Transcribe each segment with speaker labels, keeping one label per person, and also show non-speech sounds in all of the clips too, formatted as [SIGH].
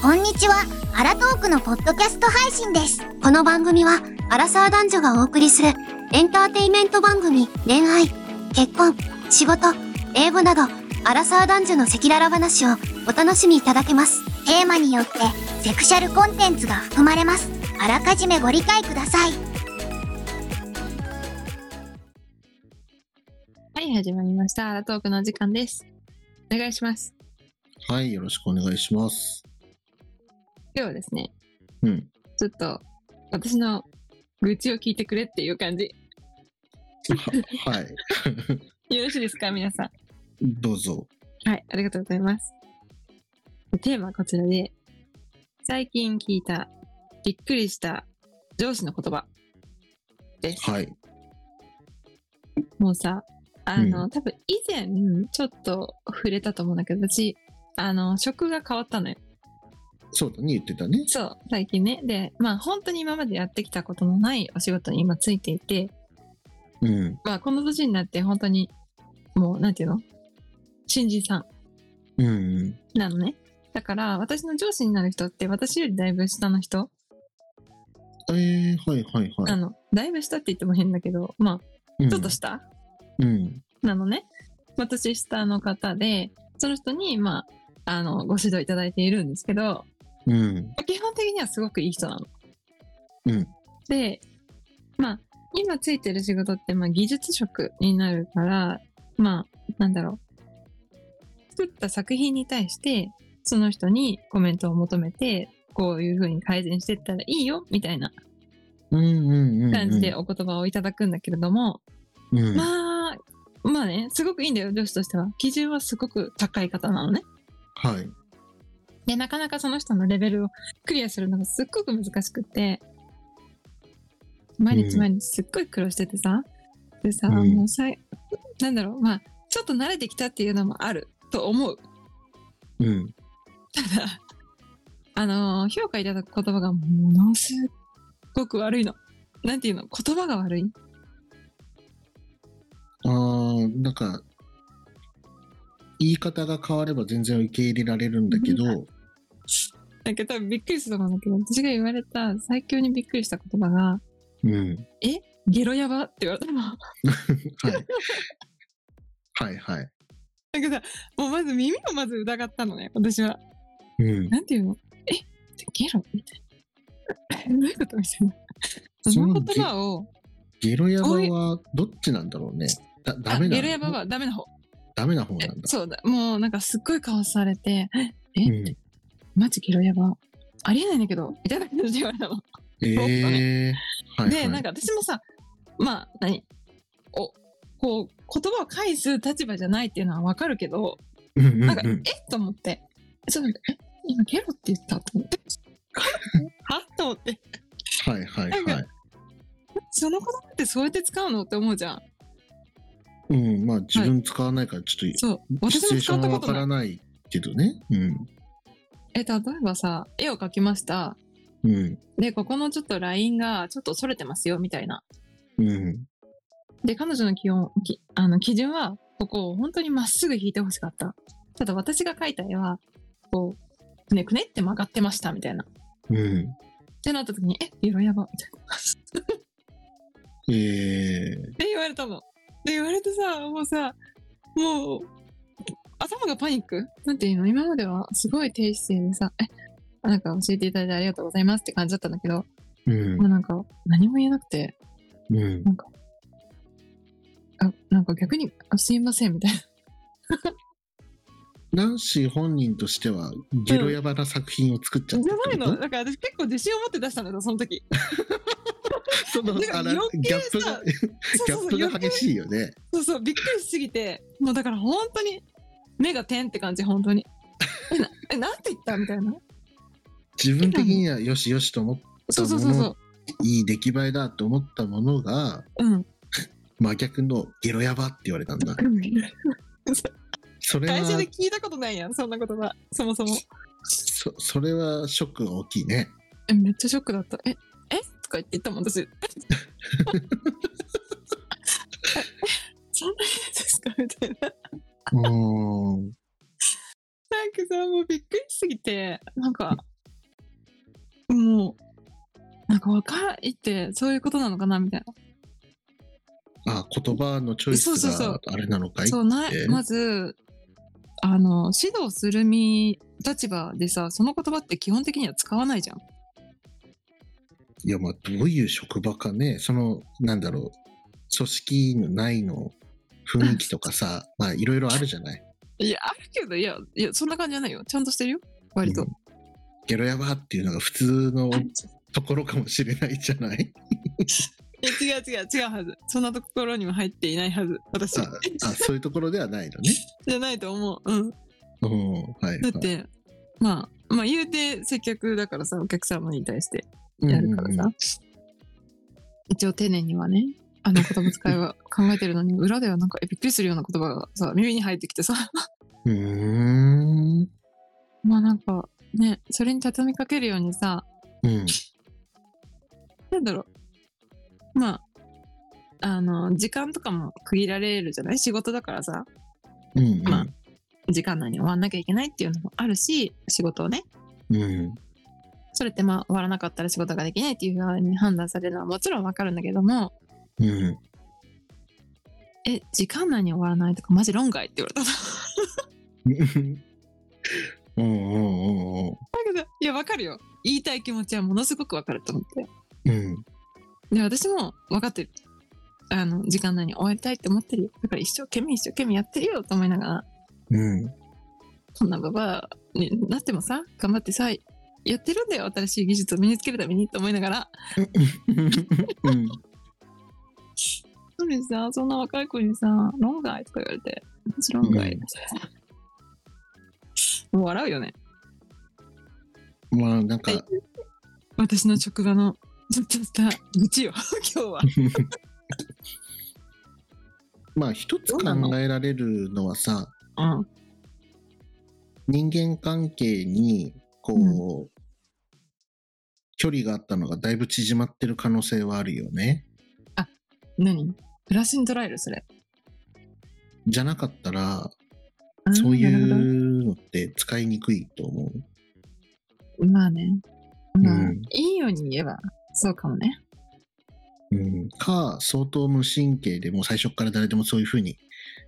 Speaker 1: こんにちは。アラトークのポッドキャスト配信です。この番組は、アラサー男女がお送りするエンターテイメント番組、恋愛、結婚、仕事、英語など、アラサー男女の赤裸々話をお楽しみいただけます。テーマによって、セクシャルコンテンツが含まれます。あらかじめご理解くだ [LAUGHS] さい。
Speaker 2: はい、始まりました。アラトークのお時間です。お願いします。
Speaker 3: はい、よろしくお願いします。
Speaker 2: 今日はですね、
Speaker 3: うん。
Speaker 2: ちょっと私の愚痴を聞いてくれっていう感じ。
Speaker 3: はい、
Speaker 2: よろしいですか、皆さ
Speaker 3: どうぞ。
Speaker 2: ん。はい、ありがとうございます。テーマはこちらで、最近聞いたびっくりした上司の言葉です。
Speaker 3: はい。
Speaker 2: もうさ、あの、
Speaker 3: う
Speaker 2: 多分以前ちょっと触れたと思うんだけど、私、あの、職が変わったのよ。
Speaker 3: そうだね、言ってたね。
Speaker 2: そう、最近ね。で、まあ本当に今までやってきたことのないお仕事に今ついていて、
Speaker 3: うん。
Speaker 2: まあこの年になって本当に、もうなんていうの新人さん
Speaker 3: うん。
Speaker 2: なのね。だから私の上司になる人って私よりだいぶ下の人、
Speaker 3: えー、はいはいは
Speaker 2: あ
Speaker 3: い。
Speaker 2: の、だいぶ下って言っても変だけど、ま
Speaker 3: うん
Speaker 2: あちょっと下、
Speaker 3: うん。
Speaker 2: なのね。まあ年下の方で、その人に、まあ、あの、ご指導いただいているんですけど、
Speaker 3: うん。
Speaker 2: 基本的にはすごくいい人なの。
Speaker 3: うん。
Speaker 2: で、まあ、今ついてる仕事って、まあ、技術職になるから、まあ、なんだろう。作った作品に対して、その人にコメントを求めて、こういう風に改善してったらいいよ、みたいな
Speaker 3: うんうんうん。
Speaker 2: 感じでお言葉をいただくんだけれども、
Speaker 3: うん。
Speaker 2: まあ、まあね、すごくいいんだよ、女子としては。基準はすごく高い方なのね。
Speaker 3: はい。
Speaker 2: で、なかなかその人のレベルをクリアするのがすっごく難しくって、毎日
Speaker 3: うん
Speaker 2: 毎日すっごい苦労しててさ、でさ、
Speaker 3: うん
Speaker 2: もうさ、なんだろう、まあ、ちょっと慣れてきたっていうのもあると思う。
Speaker 3: うん。
Speaker 2: ただ、 [LAUGHS] あのー評価いただく言葉がものすごく悪いの。なんていうの言葉が悪い
Speaker 3: あー、なんか、言い方が変われば全然受け入れられるんだけど、
Speaker 2: なんか多分びっくりしたと思うんだけど、私が言われた最強にびっくりした言葉が、
Speaker 3: うん。
Speaker 2: ゲロヤバって言われたの。
Speaker 3: はい。はいはい。
Speaker 2: なんかさ、もうまず耳をまず疑ったのね、私は。
Speaker 3: うん。
Speaker 2: なんていうのえゲロみたいな。どういうことみたい
Speaker 3: [LAUGHS]
Speaker 2: な。そ
Speaker 3: そ
Speaker 2: の
Speaker 3: の
Speaker 2: 言葉を、
Speaker 3: ゲロヤバはどっちなんだろうね。だ、ダ
Speaker 2: あ
Speaker 3: メな
Speaker 2: ゲロヤバはダメな方。
Speaker 3: ダメな方
Speaker 2: え
Speaker 3: なんだ。
Speaker 2: そうだ。もうなんかすっごい顔されて、
Speaker 3: う
Speaker 2: え、
Speaker 3: ん。
Speaker 2: マジゲロヤバ。ありえないんだけど、みたいな感じで言われたの。
Speaker 3: ええー。はいはい。
Speaker 2: で、なんか私もさ、まあ、何お、こう、言葉を返す立場じゃないっていうのはわかるけど、
Speaker 3: うんうんうん、
Speaker 2: なんか、えと思って。そう、え今ゲロって言ったと
Speaker 3: [LAUGHS]
Speaker 2: 思って。はと思って。
Speaker 3: はいはい
Speaker 2: なん
Speaker 3: は
Speaker 2: か
Speaker 3: い。
Speaker 2: その言葉ってそうやって使うのって思うじゃん。
Speaker 3: うん、まあ自分使わないからちょっ
Speaker 2: そう。
Speaker 3: と、シ
Speaker 2: 私
Speaker 3: チュエ
Speaker 2: も
Speaker 3: ーシ
Speaker 2: 使
Speaker 3: ョ
Speaker 2: っ
Speaker 3: ン
Speaker 2: た
Speaker 3: は
Speaker 2: こと
Speaker 3: わか
Speaker 2: ない
Speaker 3: ら。ないけどね。うん。
Speaker 2: え、例えばさ、絵を描きました。
Speaker 3: うん。
Speaker 2: で、ここのちょっとラインがちょっと逸れてますよ、みたいな。
Speaker 3: うん。
Speaker 2: で、彼女の基本、きあの、基準は、ここを本当にまっすぐ引いてほしかった。ただ私が描いた絵は、こう、くねくねって曲がってました、みたいな。っ
Speaker 3: うん。
Speaker 2: てなった時に、え、色やば、みたいな。
Speaker 3: ええ
Speaker 2: って言われたの。で、言われてさ、もうさ、もう、頭がパニックなんていうの今まではすごい低姿勢でさ、え、なんか教えていただいてありがとうございますって感じだったんだけど、
Speaker 3: ー。
Speaker 2: もうなんか何も言えなくて、
Speaker 3: うん。うん。
Speaker 2: あ、なんか逆に、あすいませんみたいな。
Speaker 3: ナンシー本人としては、ゲロヤバな作品を作っちゃ
Speaker 2: じ
Speaker 3: っ
Speaker 2: ゃ
Speaker 3: た
Speaker 2: ない
Speaker 3: ってこ
Speaker 2: の
Speaker 3: と。
Speaker 2: だから私結構自信を持って出したんだよ、その時。 [LAUGHS]
Speaker 3: その
Speaker 2: だから
Speaker 3: あらギ
Speaker 2: 余計
Speaker 3: ャップ
Speaker 2: さ
Speaker 3: が、
Speaker 2: そう
Speaker 3: ギ
Speaker 2: そう
Speaker 3: ャッ
Speaker 2: そう、
Speaker 3: プ
Speaker 2: 余
Speaker 3: が
Speaker 2: 計
Speaker 3: 激しいよね。
Speaker 2: そうそう、びっくりしすぎて、もうだから本当に、目が点って感じ、本当 [LAUGHS] に。え、なえなんて言ったみたい [LAUGHS] な。
Speaker 3: 自分的にはよしよしと思っ
Speaker 2: そうそうそうそう。
Speaker 3: いい出来栄えだと思ったものが、
Speaker 2: うん。
Speaker 3: 真逆のゲロヤバって言われたんだ。それ
Speaker 2: 会社
Speaker 3: は
Speaker 2: で、聞いたことないやん、そんな言葉。そもそも。
Speaker 3: そそれはショックが大きいね。
Speaker 2: え、めっちゃショックだった。え、えとか言って言ったもん、 [LAUGHS] 私。えそんなにですかみたいな。
Speaker 3: うー
Speaker 2: な
Speaker 3: ん。
Speaker 2: んかさ、もうびっくりしすぎて、なんか、もう、なんか若いってそういうことなのかなみたいな。
Speaker 3: あ言葉のチョイ
Speaker 2: そう
Speaker 3: ス
Speaker 2: そうそ
Speaker 3: が
Speaker 2: う
Speaker 3: あれなのかい
Speaker 2: そうなまずあの指導する身立場でさその言葉って基本的には使わないじゃん。
Speaker 3: いやまあどういう職場かねそのなんだろう組織内の雰囲気とかさまあいろいろあるじゃない
Speaker 2: いやあるけどいやいやそんな感じじゃないよちゃんとしてるよ割と。
Speaker 3: うんゲロヤバっていうのが普通のところかもしれないじゃない
Speaker 2: いや違う違う違うはずそんなところにも入っていないはず私
Speaker 3: ああそういうところではないのね。
Speaker 2: じゃないと思う。うん、
Speaker 3: うんはい
Speaker 2: だ
Speaker 3: は
Speaker 2: っ
Speaker 3: い、
Speaker 2: てまあまあ言うて接客だからさお客様に対して
Speaker 3: うんうん
Speaker 2: や
Speaker 3: うん
Speaker 2: るからさ、一応丁寧にはねあの言葉遣いは考えてるの
Speaker 3: [LAUGHS]
Speaker 2: に裏ではなんかえびっくりするような言葉がさ耳に入ってきてさ [LAUGHS]
Speaker 3: うーん
Speaker 2: まあなんかね、それに畳みかけるようにさ、
Speaker 3: うん
Speaker 2: なんだろう。まあ、あの、時間とかも区切られるじゃない仕事だからさ、
Speaker 3: うんうん
Speaker 2: まあ時間内に終わんなきゃいけないっていうのもあるし、仕事をね。
Speaker 3: うん
Speaker 2: それってまあ終わらなかったら仕事ができないっていうふうに判断されるのはもちろんわかるんだけども、
Speaker 3: うん
Speaker 2: え、時間内に終わらないとかマジ論外って言われたの。
Speaker 3: [LAUGHS] うんうんうん
Speaker 2: だけど、いやわかるよ。言いたい気持ちはものすごくわかると思って。
Speaker 3: うん
Speaker 2: で、私も分かってる。あの、時間内に終わりたいって思ってるよ。だから一生懸命一生懸命やってるよと思いながら、
Speaker 3: うん
Speaker 2: そんなババアになってもさ、頑張ってさ、やってるんだよ、新しい技術を身につけるためにと思いながら。
Speaker 3: うん [LAUGHS]
Speaker 2: そうでさ、そんな若い子にさ、論外とか言われて、もちろん論外。
Speaker 3: うん
Speaker 2: もう笑うよね。
Speaker 3: まあなんか
Speaker 2: っていう私の職場の、ちょっとした愚痴よ、 [LAUGHS] 今日は。
Speaker 3: まあ一つ考えられるのはさ
Speaker 2: うん。
Speaker 3: 人間関係にこう、距離があったのがだいぶ縮まってる可能性はあるよね
Speaker 2: 何プラスに捉える、それ。
Speaker 3: じゃなかったら
Speaker 2: あー
Speaker 3: そうい
Speaker 2: なる
Speaker 3: うのって使いにくいと思う
Speaker 2: ほどまあね。まあ、
Speaker 3: うん
Speaker 2: いいように言えば、そうかもね。
Speaker 3: うん、か相当無神経でもう最初から誰でもそういうふうに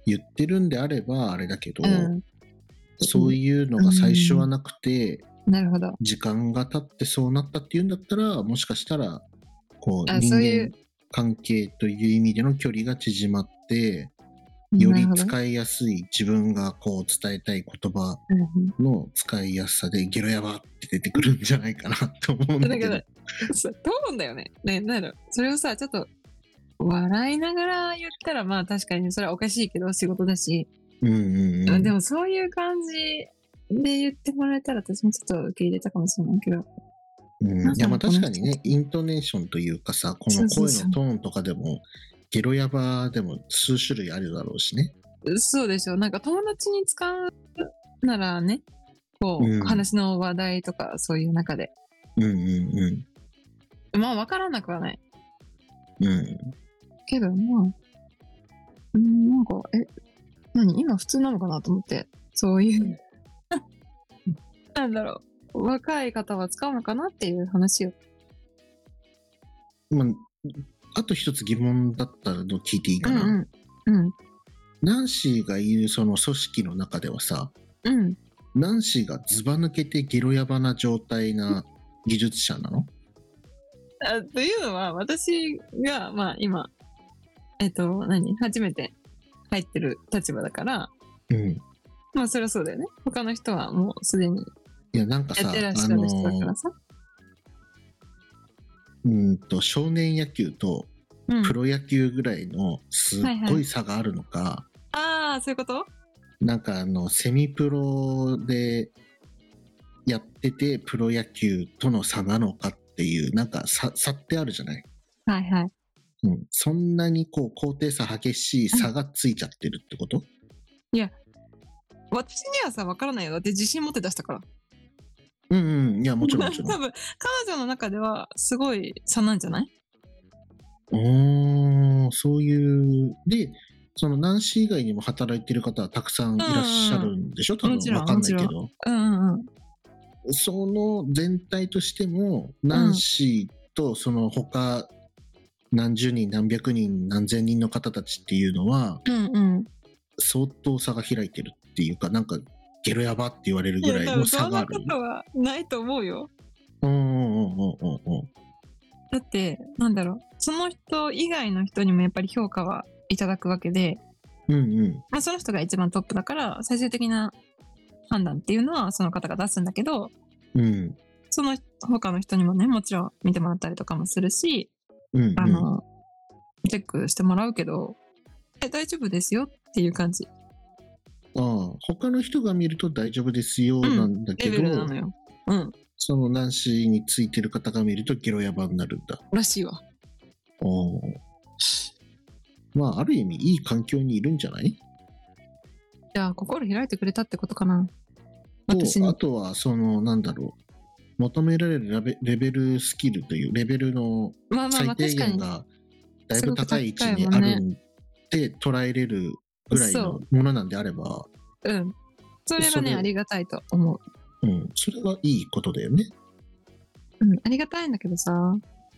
Speaker 3: 言ってるんであればあれだけど、
Speaker 2: うん。
Speaker 3: そういうのが最初はなくて、
Speaker 2: なるほど。
Speaker 3: 時間が経ってそうなったっていうんだったらもしかしたらこう
Speaker 2: あ
Speaker 3: 人
Speaker 2: そういう
Speaker 3: 間関係という意味での距離が縮まってよ
Speaker 2: なる
Speaker 3: り
Speaker 2: ほど
Speaker 3: 使いやすい自分がこう伝えたい言葉
Speaker 2: うん
Speaker 3: の使いやすさでゲロヤバって出てくるんじゃないかなと思うんだ
Speaker 2: だ
Speaker 3: け
Speaker 2: け
Speaker 3: ど
Speaker 2: ど。、そうと思うんだよね。ね、なる。それをさ、ちょっと、笑いながら言ったら、まあ確かにそれはおかしいけど、仕事だし。
Speaker 3: うんうんうん、
Speaker 2: でもそういう感じで言ってもらえたら、私もちょっと受け入れたかもしれないけど。
Speaker 3: うん、いやま
Speaker 2: なん
Speaker 3: あ
Speaker 2: かこの
Speaker 3: 確かにねイントネーションというかさこの
Speaker 2: そう
Speaker 3: 声
Speaker 2: そうそう
Speaker 3: のトーンとかでもゲロヤバでも数種類あるだろうしね。
Speaker 2: そうでしょ。なんか友達に使うならね、こう、
Speaker 3: うん
Speaker 2: 話の話題とかそういう中で。
Speaker 3: うんうんう
Speaker 2: まあ分からなくはない。
Speaker 3: んうん
Speaker 2: けど、まあ、うん、なんか、え、何今普通なのかなと思って、そういう、 [LAUGHS] なんだろう、若い方は使うのかなっていう話を。
Speaker 3: まあ、あと一つ疑問だったの聞いていいかな、
Speaker 2: うんうん。
Speaker 3: ナンシーがいるその組織の中ではさ
Speaker 2: うん。うん。
Speaker 3: ナンシーがずば抜けてゲロヤバな状態な技術者なの
Speaker 2: あというのは、私が、まあ今、えっと、何初めて入ってる立場だから、
Speaker 3: うん
Speaker 2: まあそりゃそうだよね。他の人はもうすでに
Speaker 3: いやなんか
Speaker 2: や
Speaker 3: さ
Speaker 2: ってらっ
Speaker 3: あ
Speaker 2: しゃる人だから
Speaker 3: の
Speaker 2: さ。
Speaker 3: うんと少年野球と
Speaker 2: うん。
Speaker 3: プロ野球ぐらいのすっごい差があるのか、
Speaker 2: ああ、そういうこと
Speaker 3: なんかあのセミプロでやっててプロ野球との差なのかっていうなんか差差ってあるじゃない
Speaker 2: はいはい。
Speaker 3: うん、そんなにこう高低差激しい差がついちゃってるってこと、
Speaker 2: 私にはさ、わからないよ。だって自信持って出したから。
Speaker 3: うん、うんいやもちろんもちろ
Speaker 2: 多分彼女の中ではすごい差なんじゃない
Speaker 3: ん。おーそういうでそのナンシー以外にも働いてる方はたくさんいらっしゃるんでしょ、多
Speaker 2: も
Speaker 3: 分
Speaker 2: ちろん
Speaker 3: わかんないけど
Speaker 2: うんうんうん。
Speaker 3: その全体としても、ナンシーとその他、何十人、何百人、何千人の方たちっていうのは、
Speaker 2: うんうん。
Speaker 3: 相当差が開いてるっていうか、なんか、ゲロやばって言われる
Speaker 2: い
Speaker 3: ぐ
Speaker 2: や、
Speaker 3: らい
Speaker 2: 多
Speaker 3: の
Speaker 2: 分
Speaker 3: 差
Speaker 2: そん
Speaker 3: があ
Speaker 2: な
Speaker 3: る
Speaker 2: こ。とはないと思うよ。
Speaker 3: うんうんうんうんうんうん。
Speaker 2: だって、なんだろう、その人以外の人にもやっぱり評価はいただくわけで、
Speaker 3: うんうん。
Speaker 2: まあ、その人が一番トップだから、最終的な判断っていうのはその方が出すんだけど、
Speaker 3: うん。
Speaker 2: その他の人にもね、もちろん見てもらったりとかもするし、
Speaker 3: うんうん。
Speaker 2: あの、チェックしてもらうけど、え、大丈夫ですよっていう感じ。
Speaker 3: ああ他の人が見ると大丈夫ですよなんだけ
Speaker 2: レ
Speaker 3: ど、
Speaker 2: ベルなのよ。うん。
Speaker 3: そのナンシーについてる方が見るとゲロヤバになるんだ。
Speaker 2: らしいわ。
Speaker 3: おーまあ、ある意味いい環境にいるんじゃない
Speaker 2: じゃあ、心開いてくれたってことかな。私
Speaker 3: とあ
Speaker 2: に。
Speaker 3: とは、その、なんだろう。求められるレベレベルスキルというレベルの
Speaker 2: まあまあま
Speaker 3: 最
Speaker 2: あ、
Speaker 3: 低
Speaker 2: 確か
Speaker 3: 限
Speaker 2: に。
Speaker 3: がだいぶ高い位置にあるんで捉えれるぐらいのものなんであれば、
Speaker 2: うん。それは
Speaker 3: それ
Speaker 2: ね、ありがたいと思う。
Speaker 3: うん、それはいいことだよね。
Speaker 2: うん、ありがたいんだけどさ、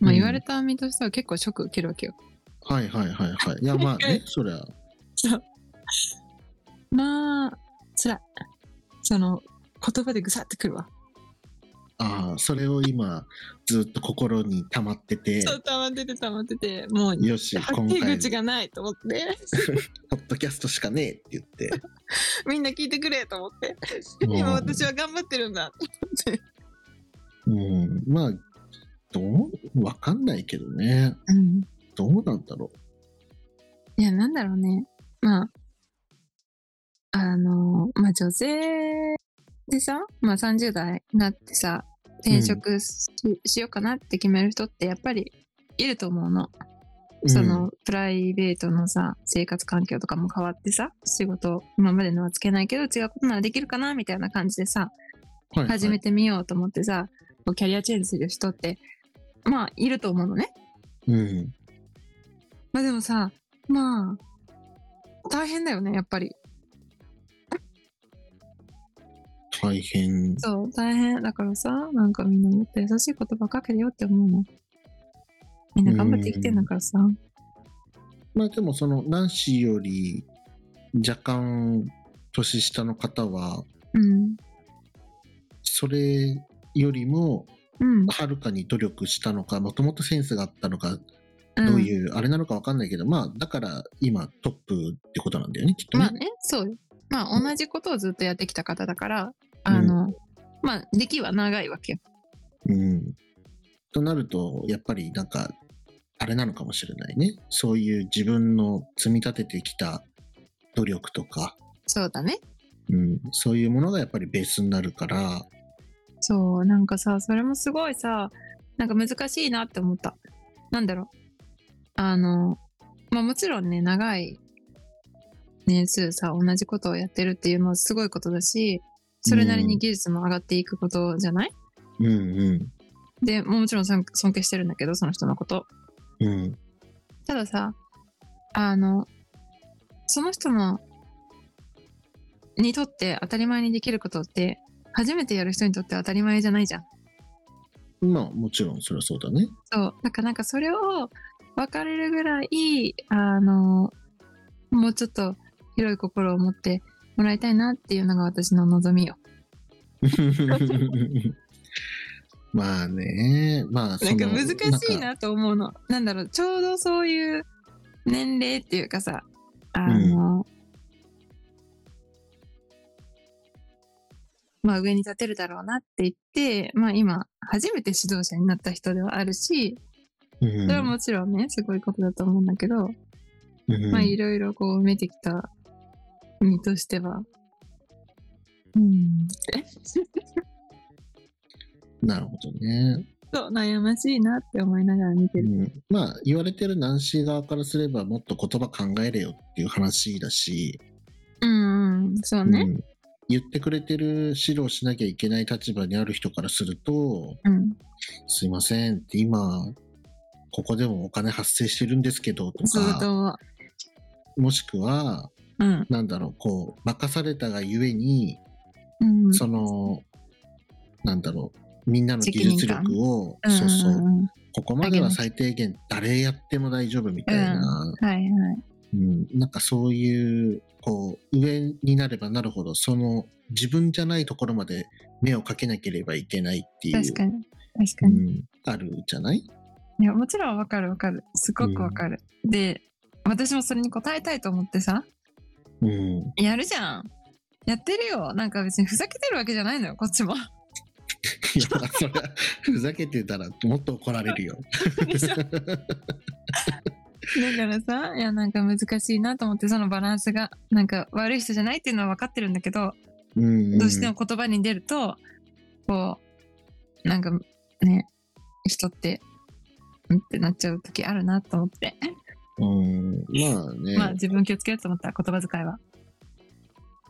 Speaker 2: まあ、言われた身としては結構ショック受けるわけよ。
Speaker 3: はいはいはいはい。いや、
Speaker 2: [LAUGHS]
Speaker 3: まあね、そりゃ、
Speaker 2: まあ、辛い。その、言葉でぐさってくるわ。
Speaker 3: ああ、それを今、ずっと心に溜まってて、
Speaker 2: そう、溜まってて溜まってて、もう、
Speaker 3: よし、
Speaker 2: は
Speaker 3: 今
Speaker 2: っきり
Speaker 3: 回、
Speaker 2: 口がないと思って、
Speaker 3: ポッドキャストしかねえって言って、
Speaker 2: [LAUGHS] みんな聞いてくれと思って、
Speaker 3: うん
Speaker 2: 今私は頑張ってるんだ。
Speaker 3: うん、まあ、どうわかんないけどね。
Speaker 2: うん。
Speaker 3: どうなんだろ
Speaker 2: いや、なんだろうね。まあ、あの、まあ女性でさ、まあ30代になってさ、転職し,、しようかなって決める人ってやっぱりいると思うの。
Speaker 3: う。
Speaker 2: その、プライベートのさ、生活環境とかも変わってさ、仕事、今までのはつけないけど違うことならできるかなみたいな感じでさ、
Speaker 3: うん、はいはい
Speaker 2: 始めてみようと思ってさ、こうキャリアチェンジする人って、まあいると思うのね。
Speaker 3: うん。
Speaker 2: まあでもさ、まあ、大変だよね、やっぱり。
Speaker 3: 大変。
Speaker 2: そう、大変。だからさ、なんかみんなもっと優しい言葉かけるよって思うの。みんな頑張って生きてんだからさ。
Speaker 3: まあでも、その、ナンシーより、若干、年下の方は、
Speaker 2: うん。
Speaker 3: それよりも、
Speaker 2: うん。
Speaker 3: はるかに努力したのか、もともとセンスがあったのか、
Speaker 2: ど
Speaker 3: どう
Speaker 2: う
Speaker 3: いう、あれなのかわかんないけど、まあ、だから今トップってことなんだよね、きっとね。
Speaker 2: まあね、そうよ。まあ同じことをずっとやってきた方だから、あの、まあ、歴は長いわけよ。
Speaker 3: うん。となると、やっぱりなんか、あれなのかもしれないね。そういう自分の積み立ててきた努力とか、
Speaker 2: そうだね。
Speaker 3: うん、そういうものがやっぱりベースになるから、
Speaker 2: そう、なんかさ、それもすごいさ、なんか難しいなって思った。なんだろう。あの、まあもちろんね、長い年数さ、同じことをやってるっていうのはすごいことだし、それなりに技術も上がっていくことじゃない、
Speaker 3: うんう
Speaker 2: で、もちろん尊尊敬してるんだけど、その人のこと。
Speaker 3: ん、うん、
Speaker 2: たださ、あの、その人の、にとって当たり前にできることって、初めてやる人にとって当たり前じゃないじゃん。
Speaker 3: まあ、もちろんそれはそうだね。 [LAUGHS]
Speaker 2: そう。なんか、なんかそれを分かれるぐらい、あの、もうちょっと広い心を持ってもらいたいなっていうのが私の望みよ。
Speaker 3: まあね、まあ
Speaker 2: な
Speaker 3: そ
Speaker 2: ん
Speaker 3: の
Speaker 2: か難しい
Speaker 3: んか
Speaker 2: なと思うの。なんだろう、ちょうどそういう年齢っていうかさ、あの、まあ上に立てるだろうなって言って、まあ今、初めて指導者になった人ではあるし、
Speaker 3: うん
Speaker 2: それはもちろんね、すごいことだと思うんだけど、
Speaker 3: うん
Speaker 2: まあいろいろこう見てきた身としては、うん、
Speaker 3: なるほどね。
Speaker 2: そう悩ましいなって思いながら見て
Speaker 3: う
Speaker 2: る。
Speaker 3: ん、まあ言われてるナンシー側からすればもっと言葉考えれよっていう話だし、
Speaker 2: うん、うん、そうね。
Speaker 3: うん言ってくれてる指導しなきゃいけない立場にある人からすると
Speaker 2: うん、
Speaker 3: 「すいません」って今ここでもお金発生してるんですけどと
Speaker 2: そうだと
Speaker 3: か
Speaker 2: 思
Speaker 3: もしくは
Speaker 2: う。うん、
Speaker 3: なんだろうこう任されたがゆえに
Speaker 2: うん、
Speaker 3: そのなんだろう、みんなの技術力を、
Speaker 2: ん
Speaker 3: そうそ
Speaker 2: ん
Speaker 3: う、
Speaker 2: んん
Speaker 3: ここまでは最低限誰やっても大丈夫みたいな、
Speaker 2: はいはい。
Speaker 3: うん、なんかそういう、こう、上になればなるほど、その自分じゃないところまで目をかけなければいけないっていう、
Speaker 2: 確かに。確か
Speaker 3: う
Speaker 2: に。
Speaker 3: ん、あるじゃない
Speaker 2: いや、もちろんわかるわかる。すごくわかる。で、私もそれに応えたいと思ってさ、
Speaker 3: うん。
Speaker 2: やるじゃん。やってるよ。なんか別にふざけてるわけじゃないのよ、こっ
Speaker 3: [LAUGHS]
Speaker 2: ちも。
Speaker 3: いや、それはふざけてたらもっと怒られるよ。
Speaker 2: でしょだからさ、いや、なんか難しいなと思って、そのバランスが、なんか悪い人じゃないっていうのは分かってるんだけど、
Speaker 3: うん、
Speaker 2: どうしても言葉に出ると、こう、なんかね、人って、うんってなっちゃう時あるなと思って。
Speaker 3: うん、まあね、
Speaker 2: まあ自分気をつけようと思った言葉遣いは。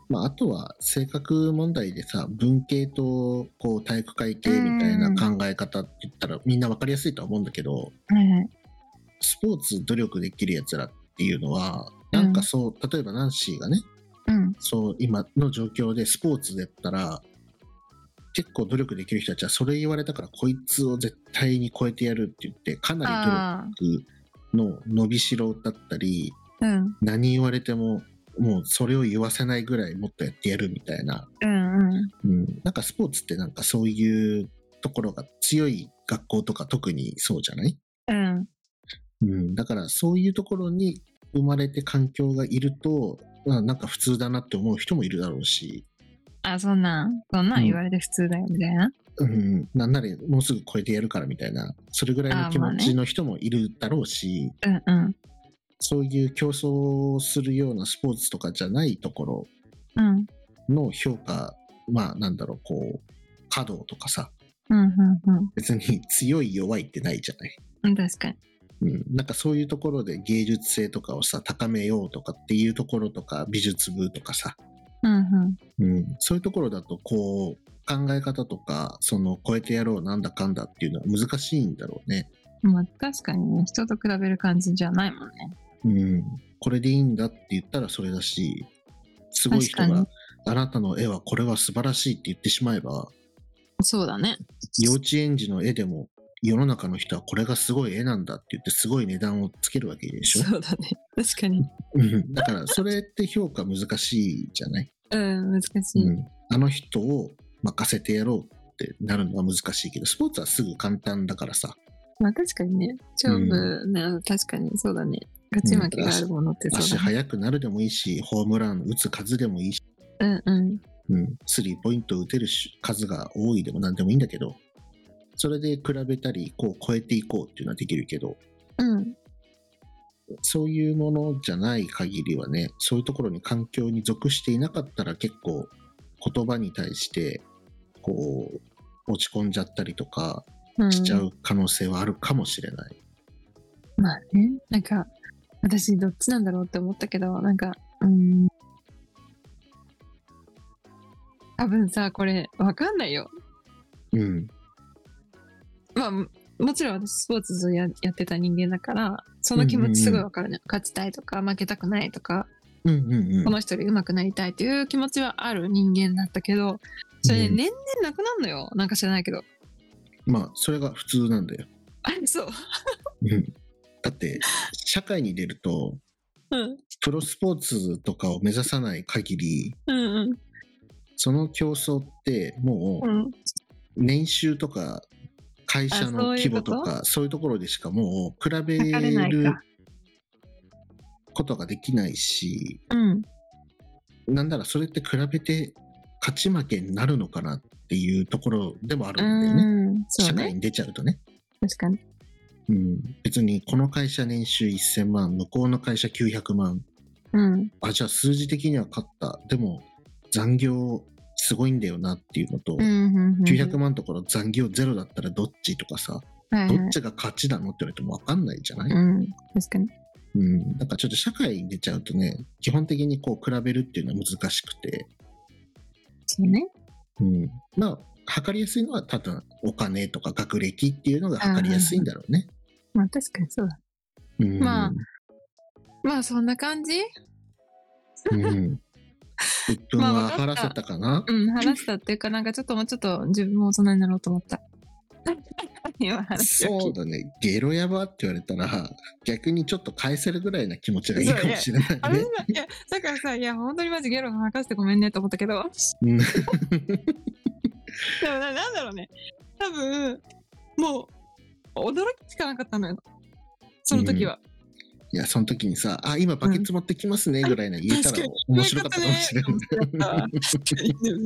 Speaker 3: まあ、あとは性格問題でさ文系とこう体育会系みたいな考え方って言ったらみんな分かりやすいとは思うんだけど
Speaker 2: はいはい。
Speaker 3: スポーツ努力できるやつらっていうのはなんかそう、例えばナンシーがね
Speaker 2: うん。
Speaker 3: そう今の状況でスポーツだったら結構努力できる人たちはそれ言われたからこいつを絶対に超えてやるって言ってかな
Speaker 2: ああ。
Speaker 3: り努力の伸びしろだったり
Speaker 2: うん。
Speaker 3: 何言われてももうそれを言わせないぐらいもっとやってやるみたいな
Speaker 2: うんうん。
Speaker 3: うん、なんかスポーツってなんかそういうところが強い学校とか特にそうじゃない、
Speaker 2: うん。
Speaker 3: うん、だからそういうところに生まれて環境がいると、まあ、なんか普通だなって思う人もいるだろうし、
Speaker 2: あ、そんなん、そんなん言われて普通だよ、みたいな。
Speaker 3: うん、なんならもうすぐ超えてやるからみたいなそれぐらいの気持ちの人もいるだろうし、
Speaker 2: うんうん。
Speaker 3: そういう競争するようなスポーツとかじゃないところ
Speaker 2: うん。
Speaker 3: の評価まあなんだろうこう稼働とかさ
Speaker 2: うんうんうん
Speaker 3: 別に強い弱いってないじゃない。
Speaker 2: うん。確かに。
Speaker 3: うん、なんかそういうところで芸術性とかをさ高めようとかっていうところとか美術部とかさ、
Speaker 2: うんうん。
Speaker 3: うん、そういうところだとこう考え方とかその超えてやろうなんだかんだっていうのは難しいんだろうね、
Speaker 2: まあ確かにね、人と比べる感じじゃないもんね。
Speaker 3: うん、これでいいんだって言ったらそれだしすごい人
Speaker 2: 確か
Speaker 3: が
Speaker 2: に
Speaker 3: あなたの絵はこれは素晴らしいって言ってしまえば
Speaker 2: そうだね。
Speaker 3: 幼稚園児の絵でも世の中の人はこれがすごい絵なんだって言ってすごい値段をつけるわけでしょ、
Speaker 2: そうだね。確かに。
Speaker 3: うん、だからそれって評価難しいじゃない
Speaker 2: うん、難しい。
Speaker 3: うん、あの人を任せてやろうってなるのは難しいけどスポーツはすぐ簡単だからさ
Speaker 2: まあ確かにね、勝負、な確かにそうだね。勝ち負けがあるものってそ
Speaker 3: 足
Speaker 2: うだね。
Speaker 3: 速くなるでもいいしホームラン打つ数でもいいし、
Speaker 2: うんうん。
Speaker 3: うん、スリーポイント打てる数が多いでも何でもいいんだけどそれで比べたりこう超えていこうっていうのはできるけど
Speaker 2: うん。
Speaker 3: そういうものじゃない限りはねそういうところに環境に属していなかったら結構言葉に対してこう落ち込んじゃったりとか
Speaker 2: うん、
Speaker 3: しちゃう可能性はあるかもしれない。
Speaker 2: まあね、なんか、私どっちなんだろうって思ったけど、なんか、うん。多分さ、これ、わかんないよ。
Speaker 3: うん
Speaker 2: まあ、ももちろん私スポーツずっとややってた人間だから、その気持ちすごいわかるね。勝ちたいとか、負けたくないとか、
Speaker 3: うんうんうん
Speaker 2: この人より上手くなりたいっていう気持ちはある人間だったけど、それね
Speaker 3: うん
Speaker 2: 年々なくなるのよ。なんか知らないけど。
Speaker 3: まあそれが普通なんだよ、
Speaker 2: あ、そう。
Speaker 3: うん、だって社会に出ると
Speaker 2: うん。
Speaker 3: プロスポーツとかを目指さない限り
Speaker 2: うん
Speaker 3: その競争っても
Speaker 2: う。
Speaker 3: うん
Speaker 2: うん。
Speaker 3: 年収とか会
Speaker 2: あ
Speaker 3: 社
Speaker 2: そ
Speaker 3: の
Speaker 2: うい
Speaker 3: 規
Speaker 2: うこ
Speaker 3: 模
Speaker 2: と
Speaker 3: とかそういうところでしかもう比
Speaker 2: 測
Speaker 3: べ
Speaker 2: れない
Speaker 3: る
Speaker 2: か。
Speaker 3: ことができないし
Speaker 2: うん。
Speaker 3: なんならそれって比べて勝ち負けになるのかなっていうところでもあるんだよね
Speaker 2: うん。そ
Speaker 3: 社
Speaker 2: う
Speaker 3: 会
Speaker 2: ね。
Speaker 3: に出ちゃうとね
Speaker 2: 確かに。
Speaker 3: うん、別にこの会社年収1000万向こうの会社900万
Speaker 2: うん。
Speaker 3: あじゃあ数字的には勝ったでも残業すごいんだよなっていうのと、
Speaker 2: うんうん。うん
Speaker 3: 900万ところ残業ゼロだったらどっちとかさ、
Speaker 2: はいはい
Speaker 3: どっちが勝ちなのって言われても分かんないじゃない、
Speaker 2: うん、確かに。
Speaker 3: うんなんかちょっと社会に出ちゃうとね基本的にこう比べるっていうのは難しくて、
Speaker 2: そうね。
Speaker 3: うん、まあ測りやすいのは多分お金とか学歴っていうのが測りやすいんだろうね。
Speaker 2: まあ確かにそうだ。
Speaker 3: うん
Speaker 2: まあまあそんな感じ
Speaker 3: うん鬱憤
Speaker 2: まあ
Speaker 3: は
Speaker 2: わか
Speaker 3: 晴
Speaker 2: った
Speaker 3: らせたかな、
Speaker 2: うん、話したっていうか、なんかちょっともうちょっと自分も大人になろうと思った。 [LAUGHS] 今話を聞
Speaker 3: そう
Speaker 2: い
Speaker 3: だね。ゲロやばって言われたら、逆にちょっと返せるぐらいな気持ちがいいかもしれない
Speaker 2: あ
Speaker 3: ね
Speaker 2: れ。だいや、だからさ、いや、本当にマジゲロ吐かせてごめんねと思ったけど、
Speaker 3: うん [LAUGHS]
Speaker 2: でもななんだろうね。多分、もう、驚きしかなかったのよ。その時は。
Speaker 3: いや、その時にさ、あ、今バケツ持ってきますねぐらいな言えたら面白かったかもしれない。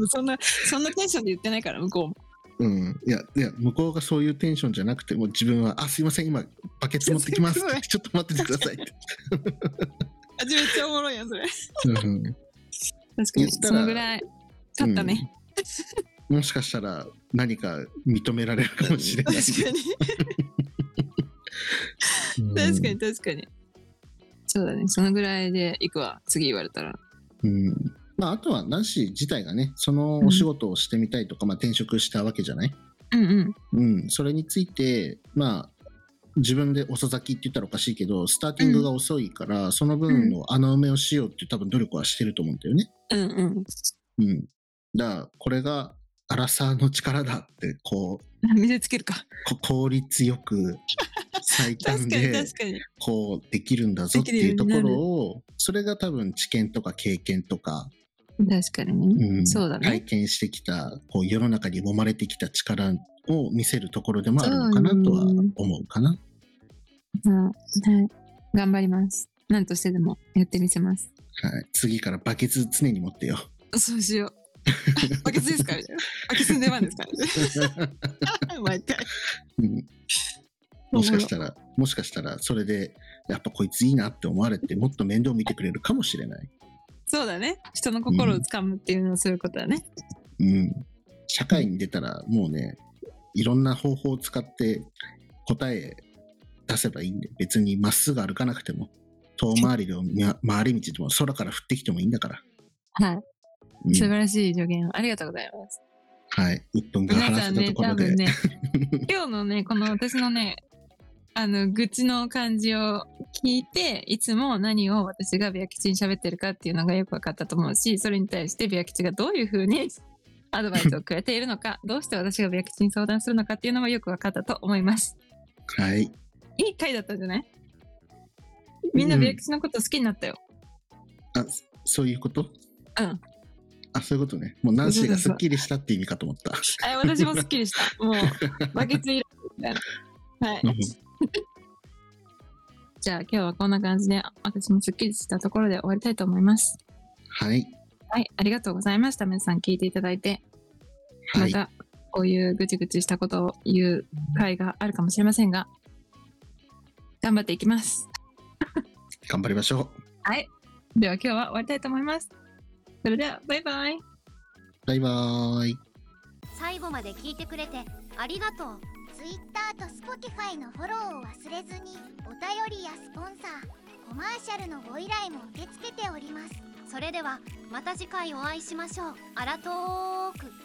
Speaker 2: そんな、そんなテンションで言ってないから、向こうも。
Speaker 3: うん、いやいや向こうがそういうテンションじゃなくてもう自分は「あすいません今バケツ持ってきます」
Speaker 2: すごい
Speaker 3: ちょっと待っててください」
Speaker 2: [LAUGHS]
Speaker 3: って、
Speaker 2: あ、めっちゃおもろいやん、それ。
Speaker 3: うん
Speaker 2: 確か
Speaker 3: 言
Speaker 2: に、
Speaker 3: ったら
Speaker 2: そのぐらい、勝ったね。
Speaker 3: うんもしかしたら何か認められるかもしれない
Speaker 2: 確かに、確かに、確かに。そうだね、そのぐらいで行くわ、次言われたら。
Speaker 3: うんうんまあ、あとはナンシー自体がねそのお仕事をしてみたいとか、まあ、転職したわけじゃない、
Speaker 2: うんうん。
Speaker 3: うん、それについてまあ自分で遅咲きって言ったらおかしいけどスターティングが遅いから、その分の穴埋めをしようっていう多分努力はしてると思うんだよね
Speaker 2: うんうん。
Speaker 3: うん。だから、これが、アラサーの力だって、こう、
Speaker 2: 見せつけるか。
Speaker 3: こ効率よく、最短
Speaker 2: 確かに、
Speaker 3: で
Speaker 2: 確、かに。
Speaker 3: こう、できるんだぞっていうところを、それが多分知見とか経験とか、
Speaker 2: 確かにね。
Speaker 3: うん
Speaker 2: そうだね。
Speaker 3: 体験してきた、こう、世の中に揉まれてきた力を見せるところでもあるのかなとは
Speaker 2: そうね
Speaker 3: 思うかな。
Speaker 2: うんはい。頑張ります。なんとしてでもやってみせます。
Speaker 3: はい。次からバケツ常に
Speaker 2: [LAUGHS]
Speaker 3: 持ってよ。
Speaker 2: そうしよう。バケツですかみたいな。バケツの出番ですかみたいな [LAUGHS] 毎回。
Speaker 3: うんもしかしたら、もしかしたら、それで、やっぱこいついいなって思われて、もっと面倒見てくれるかもしれない。
Speaker 2: そうだね。人の心をつかむっていうのはそういうことだね。
Speaker 3: うん、社会に出たらもうねいろんな方法を使って答え出せばいいんで別にまっすぐ歩かなくても遠回り
Speaker 2: [LAUGHS]
Speaker 3: でもみゃ回り道でも空から降ってきてもいいんだから、
Speaker 2: は
Speaker 3: う
Speaker 2: い。素晴
Speaker 3: ん、
Speaker 2: らしい助言をありがとうございます。
Speaker 3: はい鬱憤が
Speaker 2: 皆
Speaker 3: 晴ら
Speaker 2: さん
Speaker 3: せたと
Speaker 2: ね、
Speaker 3: ころ
Speaker 2: 多
Speaker 3: で、
Speaker 2: 分ね、今日のね、この私のね、あの、愚痴の感じを聞いて、いつも何を私がビア吉に喋ってるかっていうのがよく分かったと思うし、それに対してビア吉がどういうふうに [LAUGHS] アドバイスをくれているの
Speaker 3: [LAUGHS]
Speaker 2: か、どうして私がビア吉に相談するのかっていうのもよく分かったと思います。
Speaker 3: はい
Speaker 2: いい回だったんじゃないみんなビア吉のこと好きになったよ。
Speaker 3: あそういうこと
Speaker 2: うん
Speaker 3: あそういうことねもうナンシーがす
Speaker 2: そうそうそう
Speaker 3: っきりしたって意味かと
Speaker 2: [LAUGHS]
Speaker 3: 思った
Speaker 2: あ私もすっきりした。もう、バケツいるみたいな。はい。 [LAUGHS] じゃあ今日はこんな感じで、私もすっきりしたところで終わりたいと思います。
Speaker 3: はい
Speaker 2: はい、ありがとうございました。皆さん聞いていただいて、
Speaker 3: は
Speaker 2: ま
Speaker 3: い
Speaker 2: たこういうぐちぐちしたことを言う回があるかもしれませんが、頑張っていきます。
Speaker 3: 頑張りましょう
Speaker 2: はい。では今日は終わりたいと思います。それでは、バイバイ。
Speaker 3: バイバーイ
Speaker 1: 最後まで聞いてくれてありがとう Twitter と Spotify のフォローを忘れずにお便りやスポンサーコマーシャルのご依頼も受け付けておりますそれではまた次回お会いしましょうあらとーく